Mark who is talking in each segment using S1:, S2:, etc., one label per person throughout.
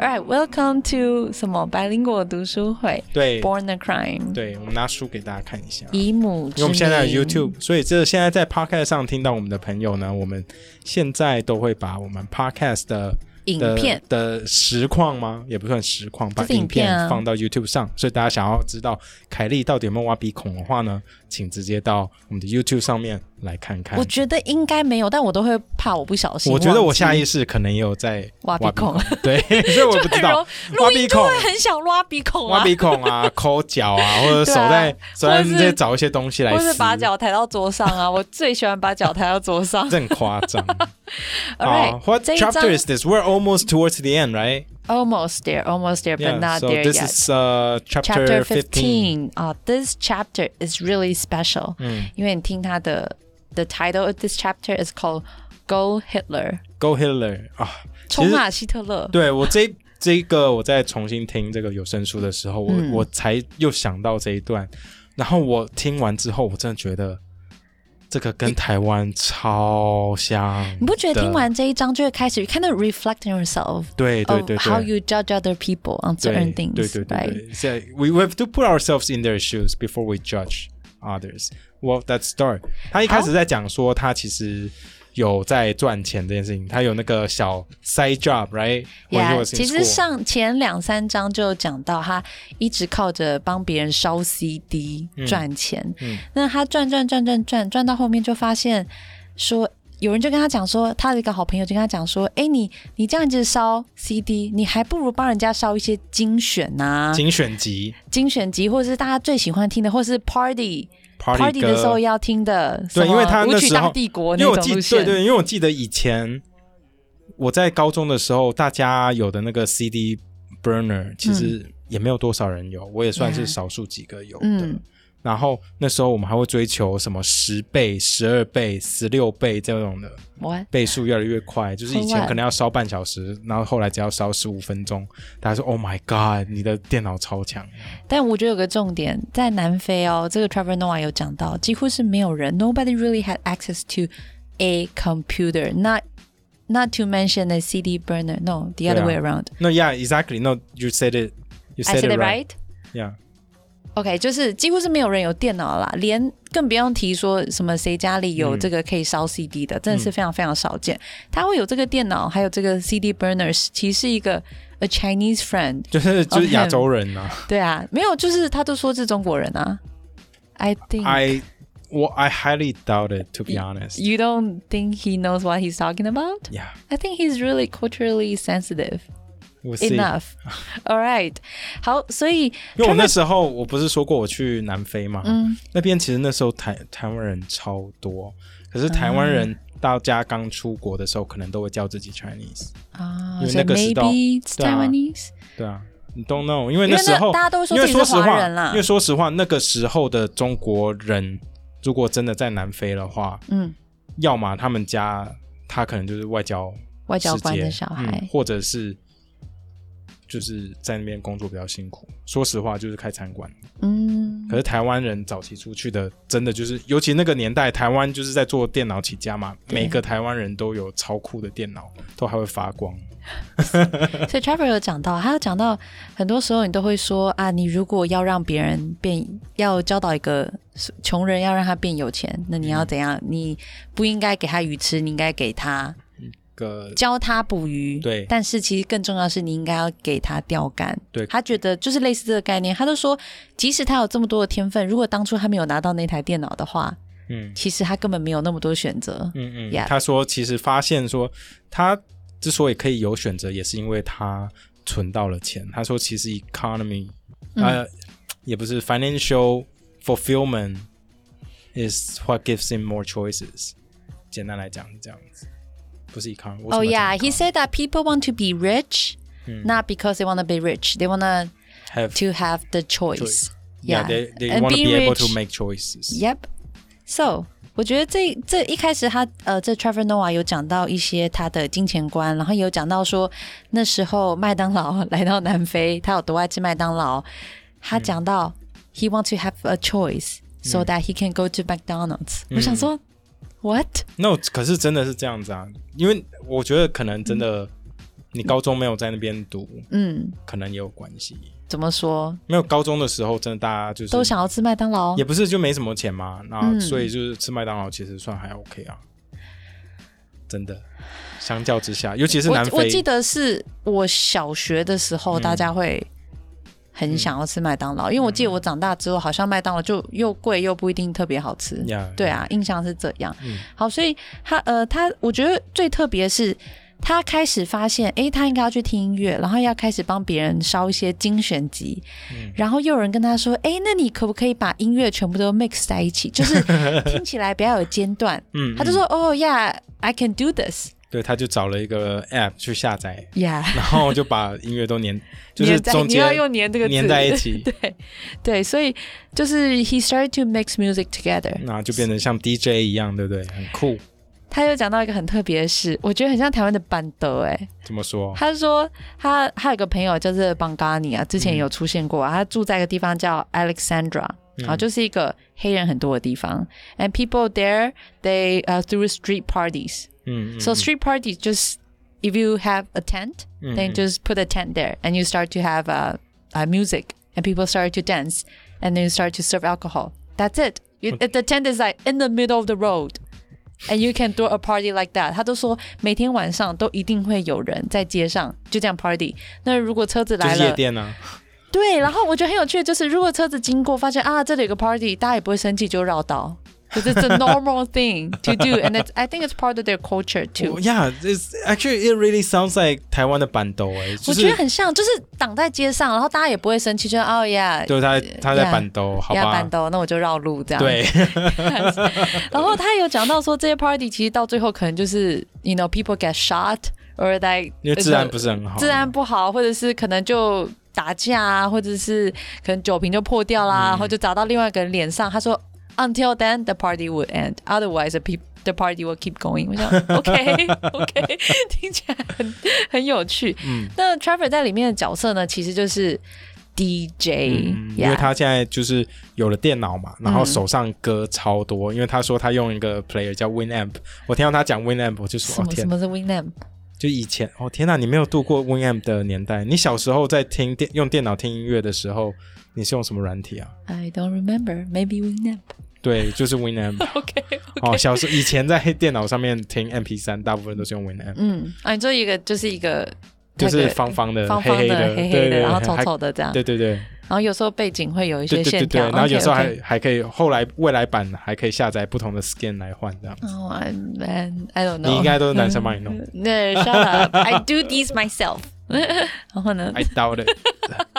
S1: All right, welcome to 什么百灵果读书会
S2: 对
S1: ，Born a Crime，，
S2: 对，我们拿书给大家看一下。
S1: 以母
S2: 因
S1: 之
S2: 为我们现在有
S1: 名
S2: YouTube，所以这现在在 Podcast 上听到我们的朋友呢，我们现在都会把我们 Podcast 的
S1: 影
S2: 的
S1: 片，
S2: 的实况吗？也不算实况，把
S1: 就是影
S2: 影片
S1: 片啊
S2: 放到 YouTube 上。所以大家想要知道凯莉到底有没有挖鼻孔的话呢，请直接到我们的 YouTube 上面来看看
S1: 我。觉得应该没有，但我都会怕我不小心
S2: 我
S1: 忘记。
S2: 觉得我下意识可能也有在
S1: 挖鼻
S2: 鼻
S1: 孔，
S2: 对， 所以我不知道
S1: 很容
S2: 挖
S1: 录音
S2: 鼻
S1: 就
S2: 孔。
S1: 会很想挖鼻孔
S2: 挖
S1: 啊，
S2: 鼻孔啊，抠脚啊，或者手
S1: 对啊
S2: 在、手在
S1: 或是
S2: 在找一些东西来
S1: 或是
S2: 撕
S1: 把脚抬到桌上 啊，我最喜欢把脚抬到桌上。
S2: 真夸 张。哦
S1: All right，
S2: uh, what
S1: 这一张
S2: chapter is this? We're almost towards the end, right?
S1: almost there, almost there, but not
S2: so
S1: there
S2: this
S1: yet.
S2: is uh, chapter,
S1: Chapter
S2: fifteen. Mm.
S1: fifteen 啊、t h i s chapter is really special，、
S2: 嗯
S1: 因为你听它的 the title of this chapter is called Go Hitler，
S2: Go Hitler 啊！其
S1: 冲
S2: 实
S1: 啊希特勒。
S2: 对我这这一个，我在重新听这个有声书的时候，我、
S1: 嗯
S2: 我才又想到这一段。然后我听完之后，我真的觉得这个跟台湾超像。
S1: 你不觉得听完这一章就会开始 you kind of reflect on yourself
S2: 对对
S1: of
S2: 对对
S1: how you judge other people on
S2: 对
S1: certain things，
S2: 对对对
S1: right？
S2: 对所以 we we have to put ourselves in their shoes before we judge others. Well, that's start. 他一开始在讲说他其实有在赚钱这件事情，他有那个小 side job, right? When he
S1: Yeah，
S2: was in
S1: 其实
S2: school.
S1: 上前两三章就有讲到他一直靠着帮别人烧 CD 赚钱，
S2: 嗯
S1: 那他赚赚赚赚赚赚到后面就发现说。有人就跟他讲说，他的一个好朋友就跟他讲说：“哎、你你这样子烧 CD，你还不如帮人家烧一些精选呐、
S2: 精选集
S1: 精选集，或者是大家最喜欢听的，或是 party
S2: party, 歌
S1: 的时候要听的。
S2: 对
S1: 什么
S2: 因为他那
S1: 舞曲
S2: 时候
S1: 大帝国
S2: 因
S1: 那
S2: 为我
S1: 种
S2: 记
S1: 路
S2: 对
S1: 线，
S2: 对，因为我记得以前我在高中的时候，大家有的那个 CD burner 其实
S1: 嗯
S2: 也没有多少人有，我也算是
S1: Yeah
S2: 少数几个有的。
S1: 嗯
S2: 然后那时候我们还会追求什么十倍、十二倍、十六倍这种的
S1: 我
S2: 倍数越来越快，就是以
S1: 好
S2: 前
S1: 晚
S2: 可能要烧半小时，然后后来只要烧十五分钟。大家说：“Oh my god，你的电脑超强
S1: 但我觉得有个重点，在南非哦，这个 Trevor Noah 有讲到，几乎是没有人，nobody really had access to a computer. Not not to mention a CD burner. No, the other
S2: 对啊
S1: way around.！”
S2: No, yeah, exactly. No, you said it. You
S1: I
S2: said
S1: said
S2: it
S1: it right.
S2: right. Yeah.
S1: OK，就是几乎是没有人有电脑啦，连更不用提说什么谁家里有这个可以烧 CD 的，真的
S2: 嗯
S1: 是非常非常少见。他会有这个电脑，还有这个 CD burners，其实是一个 a Chinese friend。
S2: 就是就是
S1: Okay
S2: 亚洲人呐、
S1: 对啊，没有，就是他都说是中国人啊。I think
S2: I 我 I highly doubt it to be honest.
S1: You don't think he knows what he's talking about?
S2: Yeah,
S1: I think he's really culturally sensitive
S2: we'll see.
S1: enough. All right，好，所以
S2: 因为我那时候我不是说过我去南非嘛，
S1: 嗯
S2: 那边其实那时候台台湾人超多，可是台湾人大家刚出国的时候，可能都会叫自己 Chinese，
S1: 啊
S2: 因，为
S1: 所以
S2: 那个时代
S1: maybe it's
S2: 对啊
S1: Taiwanese，
S2: 对啊。你 don't know，因为那时
S1: 因为
S2: 候
S1: 那大家都会说
S2: 因为
S1: 自己
S2: 说
S1: 是
S2: 实
S1: 华
S2: 话
S1: 人啦，
S2: 因为说实话，那个时候的中国人如果真的在南非的话，
S1: 嗯，
S2: 要么他们家他可能就是外交
S1: 外交
S2: 世
S1: 官
S2: 界
S1: 的小
S2: 嗯
S1: 孩，
S2: 或者是就是在那边工作比较辛苦。说实话，就是开餐馆。
S1: 嗯
S2: 可是台湾人早期出去的，真的就是，尤其那个年代，台湾就是在做电脑起家嘛，
S1: 对
S2: 每个台湾人都有超酷的电脑，都还会发光。
S1: 嗯所以 Trevor 有讲到，他有讲到，很多时候你都会说啊，你如果要让别人变，要教导一个穷人要让他变有钱，那你要怎样？你不应该给他鱼吃，你应该给他
S2: 个
S1: 教他捕鱼，
S2: 对
S1: 但是其实更重要的是，你应该要给他钓竿。
S2: 对
S1: 他觉得就是类似这个概念，他就说，即使他有这么多的天分，如果当初他没有拿到那台电脑的话，
S2: 嗯
S1: 其实他根本没有那么多选择。
S2: 嗯嗯
S1: Yeah
S2: 他说其实发现说他之所以可以有选择，也是因为他存到了钱。他说其实 economy
S1: 嗯
S2: 呃，也不是 financial fulfillment is what gives him more choices。简单来讲是这样子，不是 econ。
S1: Oh yeah, he said that people want to be rich,
S2: 嗯
S1: not because they want to be rich. They want to
S2: have
S1: to have the choice.
S2: Choice. yeah, they they
S1: and
S2: want to
S1: being
S2: be able
S1: rich.
S2: to make choices.
S1: Yep. So，我觉得这这一开始他呃，这 Trevor Noah 有讲到一些他的金钱观，然后也有讲到说那时候麦当劳来到南非，他有多爱吃麦当劳。他讲到、he want to have a choice so that he can go to McDonald's、我想说，what？
S2: No，可是真的是这样子啊，因为我觉得可能真的。你高中没有在那边读，
S1: 嗯，
S2: 可能也有关系。
S1: 怎么说
S2: 没有高中的时候，真的大家就是
S1: 都想要吃麦当劳
S2: 也，不是就没什么钱嘛，那
S1: 哦嗯
S2: 所以就是吃麦当劳其实算还 OK 啊，真的。相较之下，尤其是
S1: 我
S2: 南
S1: 我
S2: 非
S1: 记，得是我小学的时候，
S2: 嗯
S1: 大家会很想要吃麦当劳，因为我记得我长大之后，好像麦当劳就又贵又不一定特别好吃。
S2: 呀
S1: 对，啊，印象是这样。
S2: 嗯
S1: 好，所以他呃，他我觉得最特别是。他开始发现，诶，他应该要去听音乐，然后要开始帮别人烧一些精选集，
S2: 嗯
S1: 然后又有人跟他说，诶，那你可不可以把音乐全部都 mix 在一起，就是 听起来不要有间断？
S2: 嗯，
S1: 他就说，哦、yeah，I can do this，yeah，
S2: 对，他就找了一个 App 去下载，然后就把音乐 都粘，就是
S1: 粘在
S2: 中
S1: 你要
S2: 间
S1: 用粘这个字
S2: 粘在一起，
S1: 对 对，所以就是 he started to mix music together。
S2: 那就变成像 DJ 一样，对不对？很酷。
S1: 他又讲到一个很特别的事，我觉得很像台湾的班德哎、
S2: 怎么说？
S1: 他说他他有个朋友就是邦嘎尼啊，之前也有出现过啊、他住在一个地方叫
S2: 嗯
S1: Alexandra，然后就是一个黑人很多的地方、a n d people there they uh through street parties。
S2: 嗯，嗯
S1: So street parties just if you have a tent,
S2: Mm-hmm.
S1: then just put a tent there, and you start to have uh, uh, music, and people start to dance, and then you start to serve alcohol. That's it. You, The tent is like in the middle of the road. And you can throw a party like that。他都说每天晚上都一定会有人在街上就这样 party。那如果车子
S2: 就
S1: 来
S2: 是夜
S1: 了，
S2: 店啊，
S1: 对，然后我觉得很有趣的就是，如果车子经过发现啊这里有个 party，大家也不会生气，就绕道。就是 it's a normal thing to do，and it's- I think it's part of their culture too。
S2: 哦 yeah, it's actually it really sounds like 台湾的板豆哎、就
S1: 我
S2: 是
S1: 觉得很像，就是挡在街上，然后大家也不会生气，就哦呀，
S2: 对他他在板豆好
S1: 呀
S2: 吧
S1: 板？豆，那我就绕路这样。。
S2: 对，
S1: 然后他有讲到说，这些 party 其实到最后可能就是，you know people get shot or like
S2: 因为治安不是很 好，
S1: 治安不好，或者是可能就打架啊，或者是可能酒瓶就破掉
S2: 嗯
S1: 啦，然后就砸到另外一个人脸上。他说，Until then the party would end, otherwise the people the party will keep going。我想 ，OK OK，听 起来很很有趣。
S2: 嗯
S1: 那 Trevor 在里面的角色呢，其实就是 DJ，、
S2: 嗯，因为他现在就是有了电脑嘛，然后手上歌超多，因为他说他用一个 player 叫 Winamp，我听到他讲 Winamp，我就
S1: 什
S2: 说哦
S1: 么什
S2: 天，
S1: 么是 Winamp？
S2: 就以前哦天哪，你没有度过 Winamp 的年代，你小时候在听电用电脑听音乐的时候，你是用什么软体啊？
S1: I don't remember. Maybe Winamp.
S2: 对，就是 Winamp。
S1: OK，,
S2: 哦，小时候以前在电脑上面听 MP 三，大部分都是用 Winamp，、
S1: 嗯，啊，你做一个就是一个
S2: 就是
S1: 那个
S2: 方方的、
S1: 方
S2: 黑
S1: 方的、
S2: 黑的、
S1: 黑
S2: 对
S1: 黑的，
S2: 对
S1: 然后丑
S2: 还
S1: 丑的这样，
S2: 对对对
S1: 然后有时候背景会有一
S2: 对
S1: 些
S2: 对对
S1: 线
S2: 对，
S1: 条，
S2: 然后有时候还
S1: OK，OK
S2: 还可以，后来未来版还可以下载不同的 skin 来换这样。
S1: Oh, I'm, I'm, I don't know.
S2: 你应该都是男生帮你弄
S1: No, shut up. I do these myself. 然后呢？
S2: ，I doubt it。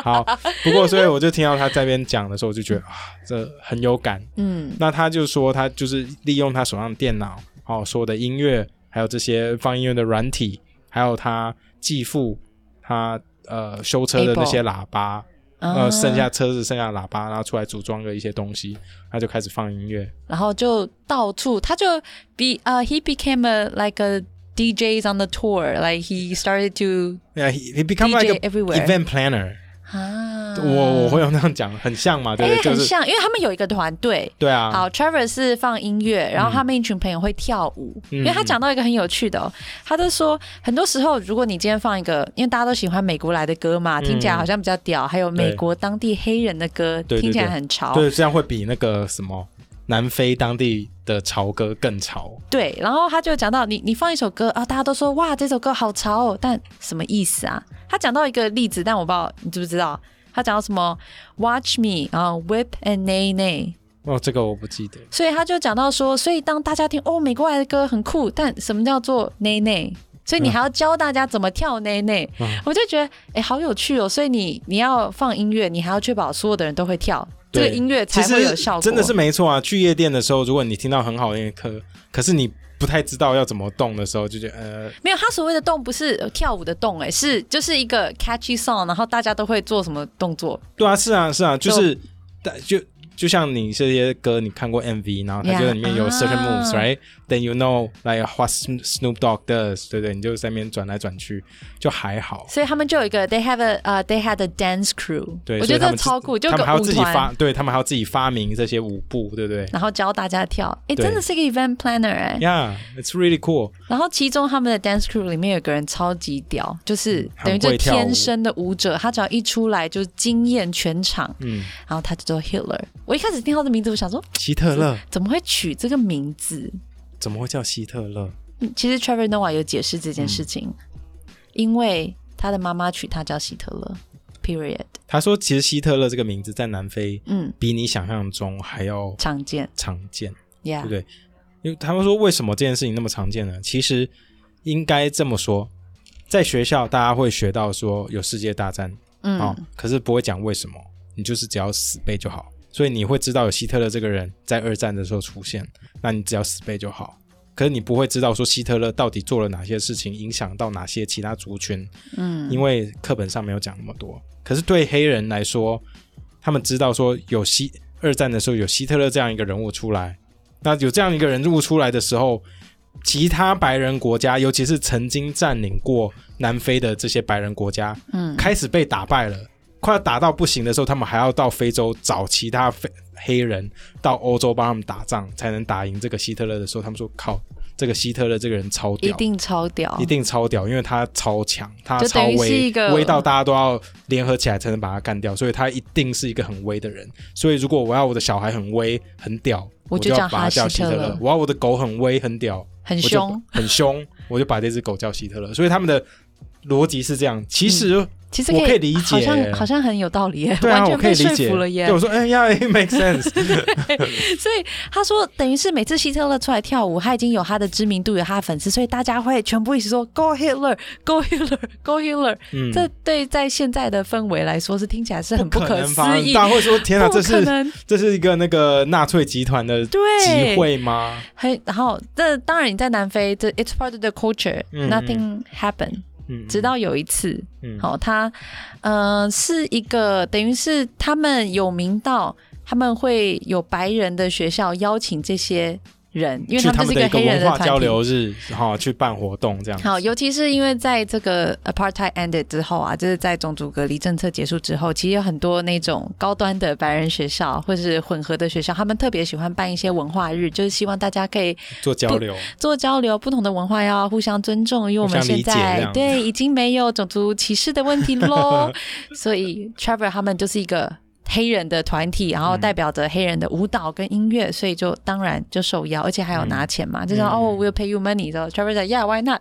S2: 好，不过所以我就听到他在那边讲的时候，我就觉得啊，这很有感。
S1: 嗯
S2: 那他就说他就是利用他手上的电脑，哦，所有的音乐，还有这些放音乐的软体，还有他继父他呃修车的那些喇叭，呃，
S1: 啊
S2: 剩下车子剩下喇叭，然后出来组装的一些东西，他就开始放音乐。
S1: 然后就到处，他就 be 呃、h e became a like a DJs on the tour, like he started to
S2: Yeah, he, he become
S1: DJ
S2: like a
S1: everywhere
S2: event planner
S1: 啊，
S2: 我我会用那样讲，很像嘛，对
S1: 哎、
S2: 不对？就
S1: 很
S2: 是
S1: 像，因为他们有一个团队。
S2: 对啊，
S1: 好，Trevor 是放音乐，然后他们一群朋友会跳舞。
S2: 嗯
S1: 因为他讲到一个很有趣的、哦，他就说，很多时候如果你今天放一个，因为大家都喜欢美国来的歌
S2: 嗯
S1: 嘛，听起来好像比较屌，还有美国当地黑人的歌，
S2: 对对
S1: 听起来
S2: 对
S1: 很潮。
S2: 对，这样会比那个什么南非当地的潮歌更潮。
S1: 对，然后他就讲到你，你放一首歌啊，大家都说哇，这首歌好潮哦，但什么意思啊？他讲到一个例子，但我不知道你知不知道，他讲到什么，Watch me 啊、w h i p and nay nay，
S2: 哦，这个我不记得。
S1: 所以他就讲到说，所以当大家听哦，美国来的歌很酷，但什么叫做nay nay？所以你还要教大家怎么跳内内、
S2: 嗯
S1: 我就觉得哎、好有趣哦。所以你你要放音乐，你还要确保所有的人都会跳，这
S2: 对
S1: 个音乐
S2: 其
S1: 才
S2: 实
S1: 会有效果。
S2: 真的是没错啊！去夜店的时候，如果你听到很好的音乐，可是你不太知道要怎么动的时候，就觉得呃，
S1: 没有，他所谓的动不是呃跳舞的动、哎，是就是一个 catchy song，然后大家都会做什么动作，
S2: 对啊，是啊，是啊，就是但就就像你这些歌，你看过 MV，然后它
S1: Yeah，
S2: 就里面有 certain
S1: 啊
S2: moves，right？Then you know like what Snoop Snoop Dogg does，对不对？你就在那边转来转去，就还好。
S1: 所以他们就有一个 they have a 呃、they had a dance crew，
S2: 对，
S1: 我
S2: 所
S1: 觉
S2: 以他
S1: 得
S2: 们
S1: 超
S2: 自
S1: 酷，就有
S2: 他
S1: 个
S2: 们还要
S1: 舞
S2: 自己
S1: 团
S2: 发，对他们还要自己发明这些舞步，对不对
S1: 然后教大家跳，哎，
S2: 对
S1: 真的是一个 event planner 哎、
S2: ？Yeah，it's really cool。
S1: 然后其中他们的 dance crew 里面有个人超级屌，就是等于
S2: 嗯很
S1: 就
S2: 会
S1: 是
S2: 跳舞
S1: 天生的舞者，他只要一出来就惊艳全场。
S2: 嗯，
S1: 然后他就做 Hitler。我一开始听到这名字，我想说
S2: 希特勒
S1: 怎么会取这个名字？
S2: 怎么会叫希特勒？
S1: 嗯其实 Trevor Noah 有解释这件事情，
S2: 嗯
S1: 因为他的妈妈取他叫希特勒。Period，
S2: 他说，其实希特勒这个名字在南非
S1: 嗯，
S2: 比你想象中还要
S1: 常见
S2: 常见。对不
S1: ，Yeah，
S2: 对？因为他们说为什么这件事情那么常见呢？其实应该这么说，在学校大家会学到说有世界大战
S1: 嗯，
S2: 啊、哦可是不会讲为什么，你就是只要死背就好。所以你会知道有希特勒这个人在二战的时候出现，那你只要死背就好。可是你不会知道说希特勒到底做了哪些事情，影响到哪些其他族群，
S1: 嗯，
S2: 因为课本上没有讲那么多。可是对黑人来说，他们知道说有希二战的时候有希特勒这样一个人物出来，那有这样一个人物出来的时候，其他白人国家，尤其是曾经占领过南非的这些白人国家，
S1: 嗯，
S2: 开始被打败了。快要打到不行的时候，他们还要到非洲找其他非黑人到欧洲帮他们打仗，才能打赢这个希特勒的时候，他们说：“靠，这个希特勒这个人超屌，
S1: 一定超屌，
S2: 一定超屌，因为他超强，他
S1: 就
S2: 超
S1: 等于是
S2: 威
S1: 一个，
S2: 威到大家都要联合起来才能把他干掉，所以他一定是一个很威的人。所以如果我要我的小孩很威很屌，
S1: 我
S2: 就
S1: 就
S2: 要
S1: 叫
S2: 把他
S1: 他
S2: 叫希
S1: 希
S2: 特
S1: 特
S2: 勒
S1: 勒；
S2: 我要我的狗很威很屌，
S1: 很
S2: 我就
S1: 凶。
S2: 很凶，我就把这只狗叫希特勒。所以他们的逻辑是这样，其实
S1: 其实
S2: 我可以
S1: 以
S2: 理解
S1: 好像好像很有道理耶，
S2: 对啊，
S1: 嗯完
S2: 我
S1: 全
S2: 可以
S1: 被说
S2: 理解
S1: 服了耶
S2: 对，。我说，哎呀，it makes sense。
S1: 所以他说，等于是每次希特勒出来跳舞，他已经有他的知名度，有他的粉丝，所以大家会全部一起说 “Go Hitler, Go Hitler, Go Hitler”、
S2: 嗯，
S1: 这对在现在的氛围来说是听起来是很
S2: 不
S1: 可
S2: 能
S1: 思
S2: 发生
S1: 议，
S2: 大家会说，天哪，
S1: 不
S2: 啊这
S1: 可
S2: 是
S1: 能。
S2: 这是一个那个纳粹集团的
S1: 对，
S2: 集会吗？
S1: 很然后这当然你在南非，这 it's part of the culture，nothing、
S2: 嗯
S1: happened。
S2: 嗯，
S1: 直到有一次，
S2: 嗯
S1: 好、他呃是一个等于是他们有名到他们会有白人的学校邀请这些人，因为
S2: 去
S1: 他们就是
S2: 的
S1: 一
S2: 一
S1: 个黑人
S2: 文化
S1: 团体。
S2: 交流日，哈、去办活动这样。
S1: 好，尤其是因为在这个 apartheid ended 之后啊，就是在种族隔离政策结束之后，其实有很多那种高端的白人学校或是混合的学校，他们特别喜欢办一些文化日，就是希望大家可以
S2: 做交流，
S1: 做交流，不同的文化要互相尊重，因为我们
S2: 互相
S1: 现
S2: 理解这
S1: 在
S2: 样
S1: 对已经没有种族歧视的问题 喽。所以 Trevor 他们就是一个黑人的团体，然后代表着黑人的舞蹈跟音乐，所以就当然就受邀，而且还有拿钱嘛，就说
S2: 嗯
S1: 哦，we'll pay you money。然后 Trevor 说 Yeah, why not？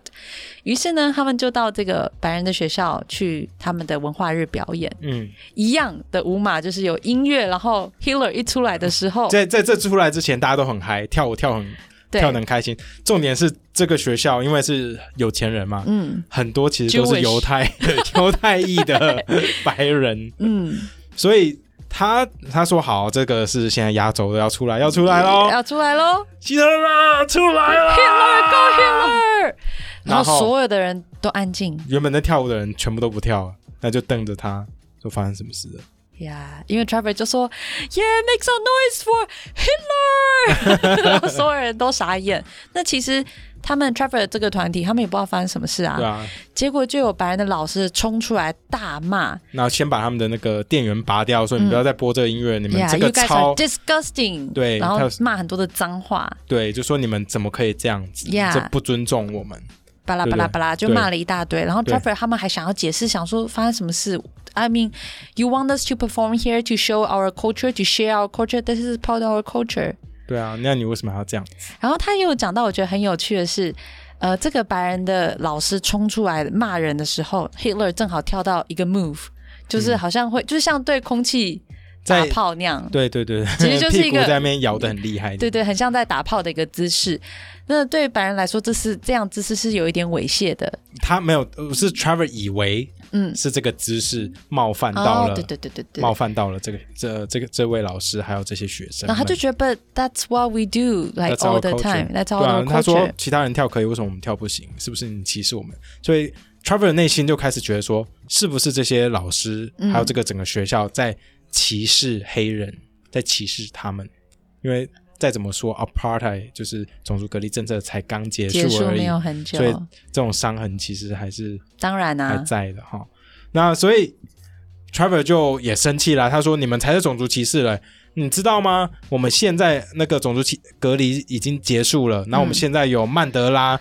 S1: 于是呢，他们就到这个白人的学校去他们的文化日表演，
S2: 嗯，
S1: 一样的舞码就是有音乐，然后 Hiller 一出来的时候，
S2: 在在这出来之前，大家都很嗨，跳舞跳很
S1: 对
S2: 跳得很开心。重点是这个学校，因为是有钱人嘛，
S1: 嗯
S2: 很多其实都是
S1: Jewish
S2: 犹太犹太裔的白人，
S1: 嗯，
S2: 所以他他说好，这个是现在压轴的要出来，要出来喽，
S1: 要出来喽。
S2: 希特勒啊出来了
S1: Hitler, go Hitler！然
S2: 然后
S1: 后所有的人都安静
S2: 原本在跳舞的人全部都不跳了，那就瞪着他，说发生什么事了？
S1: 呀因为 Trevor 就说 Yeah, make some noise for Hitler，然后 所有人都傻眼。那其实他们 Trevor 这个团体，他们也不知道发生什么事啊。
S2: 对啊，
S1: 结果就有白人的老师冲出来大骂
S2: 然后先把他们的那个电源拔掉，说你不要再播这个音乐，你们这
S1: Yeah,
S2: 个
S1: you guys
S2: 超
S1: are disgusting。
S2: 对
S1: 然后
S2: 他
S1: 骂很多的脏话，
S2: 对，就说你们怎么可以这样子
S1: Yeah
S2: 这不尊重我们。
S1: 巴拉巴
S2: 对
S1: 拉
S2: 对
S1: 巴拉，就
S2: 对
S1: 骂了一大堆。然后
S2: 对
S1: Trevor 他们还想要解释，想说发生什么事。I mean, you want us to perform here to show our culture, to share our culture. This is part of our culture.
S2: 对啊，那你为什么还要 这样？
S1: 然后他也有讲到，我觉得很有趣的是，呃，这个白人的老师冲出来骂人的时候，Hitler 正好跳到一个 move，就是好像会，就是像对空气打
S2: 在
S1: 炮那样。
S2: 嗯对对对，
S1: 其实就是一个
S2: 屁股在那边摇的很厉害。
S1: 对对，很像在打炮的一个姿势。那对白人来说，这是这样姿势是有一点猥亵的。
S2: 他没有，呃是 Trevor 以为
S1: 嗯，
S2: 是这个姿势冒犯到了，
S1: 哦、对对对对对，
S2: 冒犯到了这个这这个这位老师还有这些学生们。
S1: 然后他就觉得，But that's what we do, like
S2: That's our
S1: all the
S2: culture.
S1: time. That's
S2: 对
S1: all
S2: 啊
S1: our，
S2: 他说
S1: culture.
S2: 其他人跳可以，为什么我们跳不行？是不是你歧视我们？所以 Trevor 的内心就开始觉得说，是不是这些老师还有这个整个学校在歧视黑人？在歧视他们，因为再怎么说 apartheid 就是种族隔离政策才刚结
S1: 结
S2: 束
S1: 束
S2: 而已
S1: 没，有很久
S2: 所，以这种伤痕其实还是
S1: 当然
S2: 还
S1: 啊，
S2: 在的哈、那所以 Trevor 就也生气了，他说：“你们才是种族歧视嘞，你知道吗？我们现在那个种族歧隔离已经结束了，然后我们现在有曼德拉，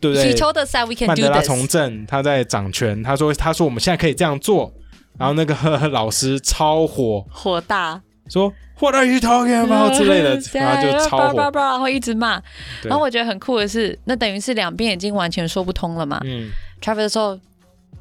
S2: 对不
S1: 嗯 He
S2: 对？
S1: told us that we can
S2: 曼
S1: do
S2: 德拉
S1: this。
S2: 从政，他在掌权。他说，他说我们现在可以这样做。然后那个呵呵老师超火，
S1: 火大，，
S2: 说 What are you talking about 之类的 然后就超
S1: 叭叭
S2: 火。
S1: 啊叭，然后一直骂。
S2: 对
S1: 然后我觉得很酷的是，那等于是两边已经完全说不通了嘛。
S2: 嗯
S1: Travis 说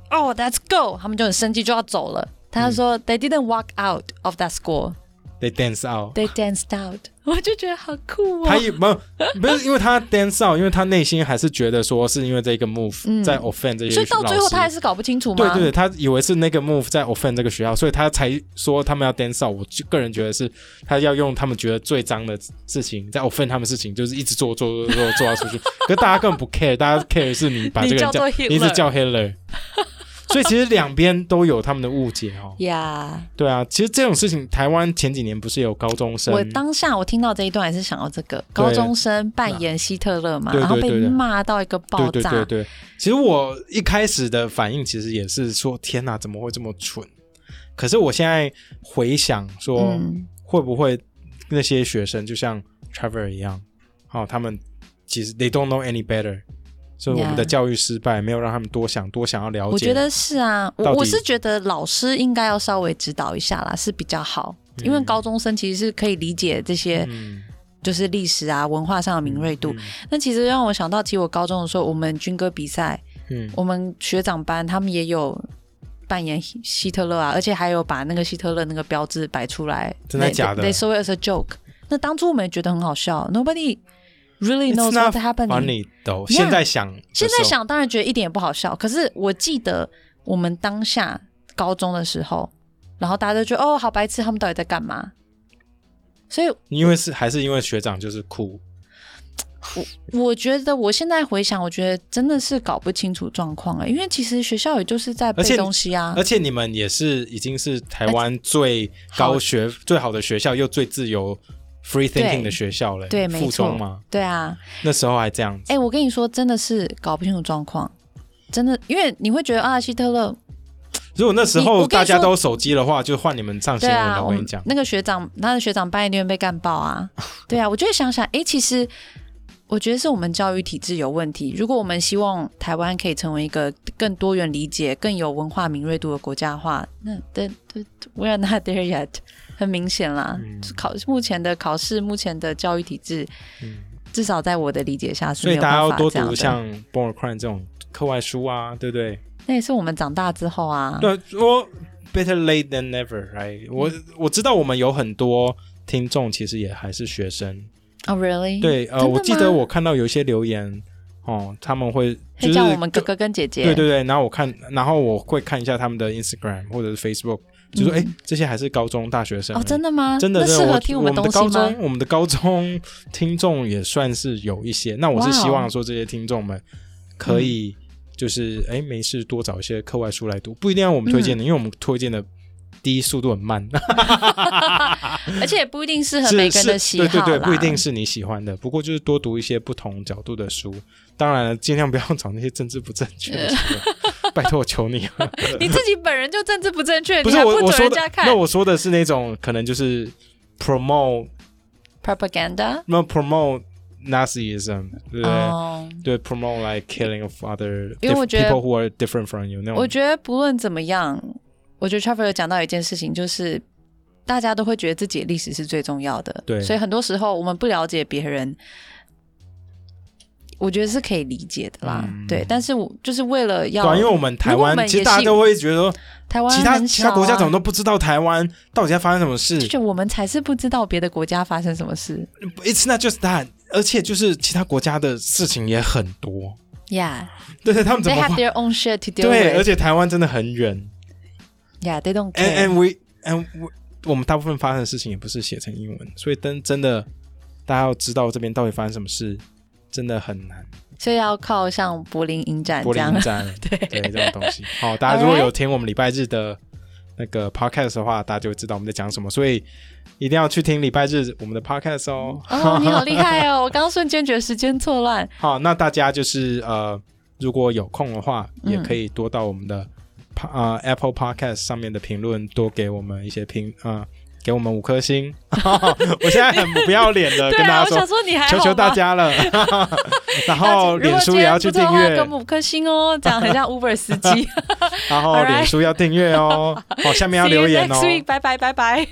S1: ，Oh, that's go，他们就很生气就要走了。他说、They
S2: 嗯
S1: didn't walk out of that school,
S2: ，They dance out。
S1: they danced out。我就觉得好酷哦。
S2: 他也没有，不是因为他 dance out，因为他内心还是觉得说是因为这个 move、在 offend 这些
S1: 嗯所以到最后他还
S2: 是
S1: 是搞不清楚
S2: 对
S1: 吗？
S2: 对对，他以为是那个 move 在 offend 这个学校，所以他才说他们要 dance out。我就个人觉得是他要用他们觉得最脏的事情在 offend 他们事情，就是一直做做做做做到出 去。可是大家根本不 care，大家 care 是你把这个人
S1: 你叫做
S2: 你一直
S1: Hitler
S2: 叫 Hitler。所以其实两边都有他们的误解哦，
S1: 呀
S2: 对啊，其实这种事情台湾前几年不是有高中生，
S1: 我当下我听到这一段也是想到这个高中生扮演希特勒嘛，
S2: 对对
S1: 然后被
S2: 对对
S1: 骂到一个爆
S2: 对
S1: 炸。
S2: 对对对，其实我一开始的反应其实也是说：“天哪，怎么会这么蠢？”可是我现在回想说，
S1: 嗯，
S2: 会不会那些学生就像 Trevor 一样，好、他们其实 they don't know any better，所以我们
S1: Yeah
S2: 的教育失败，没有让他们多想多想要了解。
S1: 我觉得是啊，
S2: 到
S1: 我
S2: 底
S1: 我是觉得老师应该要稍微指导一下啦，是比较好，因为高中生其实是可以理解这些
S2: 嗯，
S1: 就是历史啊、文化上的敏锐度。那其实让我想到，其实我高中的时候，我们军歌比赛，
S2: 嗯，
S1: 我们学长班他们也有扮演希希特勒啊，而且还有把那个希特勒那个标志摆出来，
S2: 真的
S1: They-
S2: 假的
S1: they-？They saw it as a joke。那当初我们也觉得很好笑，Nobody really
S2: It's
S1: knows what
S2: not
S1: happened。
S2: funny though，
S1: Yeah
S2: 现在想的时
S1: 现
S2: 候，
S1: 在想当然觉得一点也不好笑，可是我记得我们当下高中的时候，然后大家都觉得哦，好白痴，他们到底在干嘛？所以
S2: 因为是还是因为学长就是酷，
S1: 我觉得我现在回想，我觉得真的是搞不清楚状况欸了、因为其实学校也就是在
S2: 而且
S1: 背东西啊
S2: 而。且你们也是已经是台湾最高学最好的学校，又最自由 free thinking
S1: 对
S2: 的学校了。
S1: 对，没
S2: 附
S1: 错
S2: 中嘛，，
S1: 对啊，
S2: 那时候还这样子。
S1: 哎、我跟你说，真的是搞不清楚状况，真的，因为你会觉得啊，希特勒，
S2: 如果那时
S1: 你
S2: 候
S1: 我跟
S2: 大
S1: 你说
S2: 家都手机的话，就换你们哦上新
S1: 对
S2: 闻
S1: 啊，
S2: 了。我
S1: 们
S2: 跟你讲，
S1: 那个学长，他的学长半夜就被干爆 啊，对啊，我就会想想，哎、其实我觉得是我们教育体制有问题。如果我们希望台湾可以成为一个更多元理解、更有文化敏锐度的国家的话，那对对，we are not
S2: 嗯
S1: there yet，很啊明显啦。考目前的考试，目前的教育体制，至少在我的理解下是
S2: 所
S1: 没
S2: 以
S1: 有
S2: 大家
S1: 办
S2: 要
S1: 法
S2: 多
S1: 这样
S2: 读
S1: 的。
S2: 像 Born Crime 这种课外书啊，对不对？
S1: 那也是我们长大之后啊，
S2: 对，我 better late than never，right？我
S1: 嗯
S2: 我知道我们有很多听众其实也还是学生，
S1: 哦、r e a l l y，
S2: 对，呃，
S1: 真的
S2: 我记得
S1: 吗
S2: 我看到有一些留言哦，他们会
S1: 会
S2: 就是
S1: 叫我们哥哥跟姐姐，
S2: 对对对，然后我看，然后我会看一下他们的 Instagram 或者是 Facebook，就说哎、诶这些还是高中大学生
S1: 嗯哦，真的吗？
S2: 真的
S1: 那
S2: 真
S1: 适
S2: 的，
S1: 合
S2: 我
S1: 听
S2: 我
S1: 们
S2: 们
S1: 东
S2: 的
S1: 西
S2: 高
S1: 吗
S2: 中？我们的高中听众也算是有一些。那我是
S1: 哇哦
S2: 希望说这些听众们可以
S1: 哦
S2: 就是哎、诶没事多找一些课外书来读，不一定要我们推荐
S1: 嗯
S2: 的，因为我们推荐的第一速度很 慢，
S1: 而且也不一定适合每
S2: 是
S1: 个人的喜
S2: 是，
S1: 好
S2: 对
S1: 啦。
S2: 对对，不一定是你喜欢的。不过就是多读一些不同角度的书，当然了，尽量不要找那些政治不正确的书 了，拜托我求你了。
S1: 你自己本人就政治不正 确，
S2: 不
S1: 你
S2: 是
S1: 还
S2: 我我
S1: 准
S2: 说
S1: 人
S2: 的
S1: 家，看
S2: 那我说的是那种可能就是 promote
S1: propaganda。
S2: 那 promote Nazism，对不对？
S1: 哦，
S2: 对，promote like killing of other
S1: 因为我
S2: diff-
S1: 觉得
S2: people who are different from you 那
S1: 我
S2: 种，
S1: 觉得不论怎么样，我觉得 Trevor 有讲到一件事情，就是大家都会觉得自己的历史是最重要的，
S2: 对
S1: 所以很多时候我们不了解别人。我觉得是可以理解的啦，
S2: 嗯
S1: 对，但是我就是为了
S2: 对
S1: 要，
S2: 啊，因为我们台
S1: 如果
S2: 湾
S1: 我们
S2: 其
S1: 也
S2: 实大家
S1: 是
S2: 都会觉得说，
S1: 台湾
S2: 其他
S1: 很
S2: 其他
S1: 少
S2: 国家
S1: 啊
S2: 怎么都不知道台湾到底在发生什么事
S1: 就觉得我们才是不知道别的国家发生什么事
S2: ？It's not just that，而且就是其他国家的事情也很多，
S1: ，Yeah，they
S2: 对对，他们怎么
S1: have
S2: 花
S1: their own shit to deal
S2: 对，而
S1: with，Yeah，they
S2: 且台湾真的很远
S1: don't care。
S2: ，and and we and we, 我们大部分发生的事情也不是写成英文，所以真真的大家要知道这边到底发生什么事，真的很难。
S1: 所以要靠像柏林影展
S2: 柏
S1: 这样
S2: 林。站，对对这种东西。好，大家
S1: Alright
S2: 如果有听我们礼拜日的那个 podcast 的话，大家就会知道我们在讲什么，所以一定要去听礼拜日我们的 podcast 哦。
S1: 哦，你好厉害哦！我刚刚瞬间觉得时间错乱。
S2: 好，那大家就是呃，如果有空的话，
S1: 嗯
S2: 也可以多到我们的 po- 呃 Apple Podcast 上面的评论，多给我们一些评呃，给我们五颗星。 我现在很不要脸的
S1: 对
S2: 呃跟
S1: 啊，
S2: 大
S1: 我
S2: 家
S1: 想，
S2: 说
S1: 说你还好
S2: 求
S1: 吗
S2: 求大。家了。然后
S1: 如
S2: 脸
S1: 果
S2: 书
S1: 今
S2: 也
S1: 天
S2: 要
S1: 不
S2: 去
S1: 错
S2: 订
S1: 的话，
S2: 阅
S1: 给，我们五颗星哦，这样很 像 Uber 司机。
S2: 然后
S1: Alright
S2: 脸书要订阅哦。好，下面要
S1: See you
S2: 留言
S1: next
S2: 哦。
S1: week，拜拜拜拜。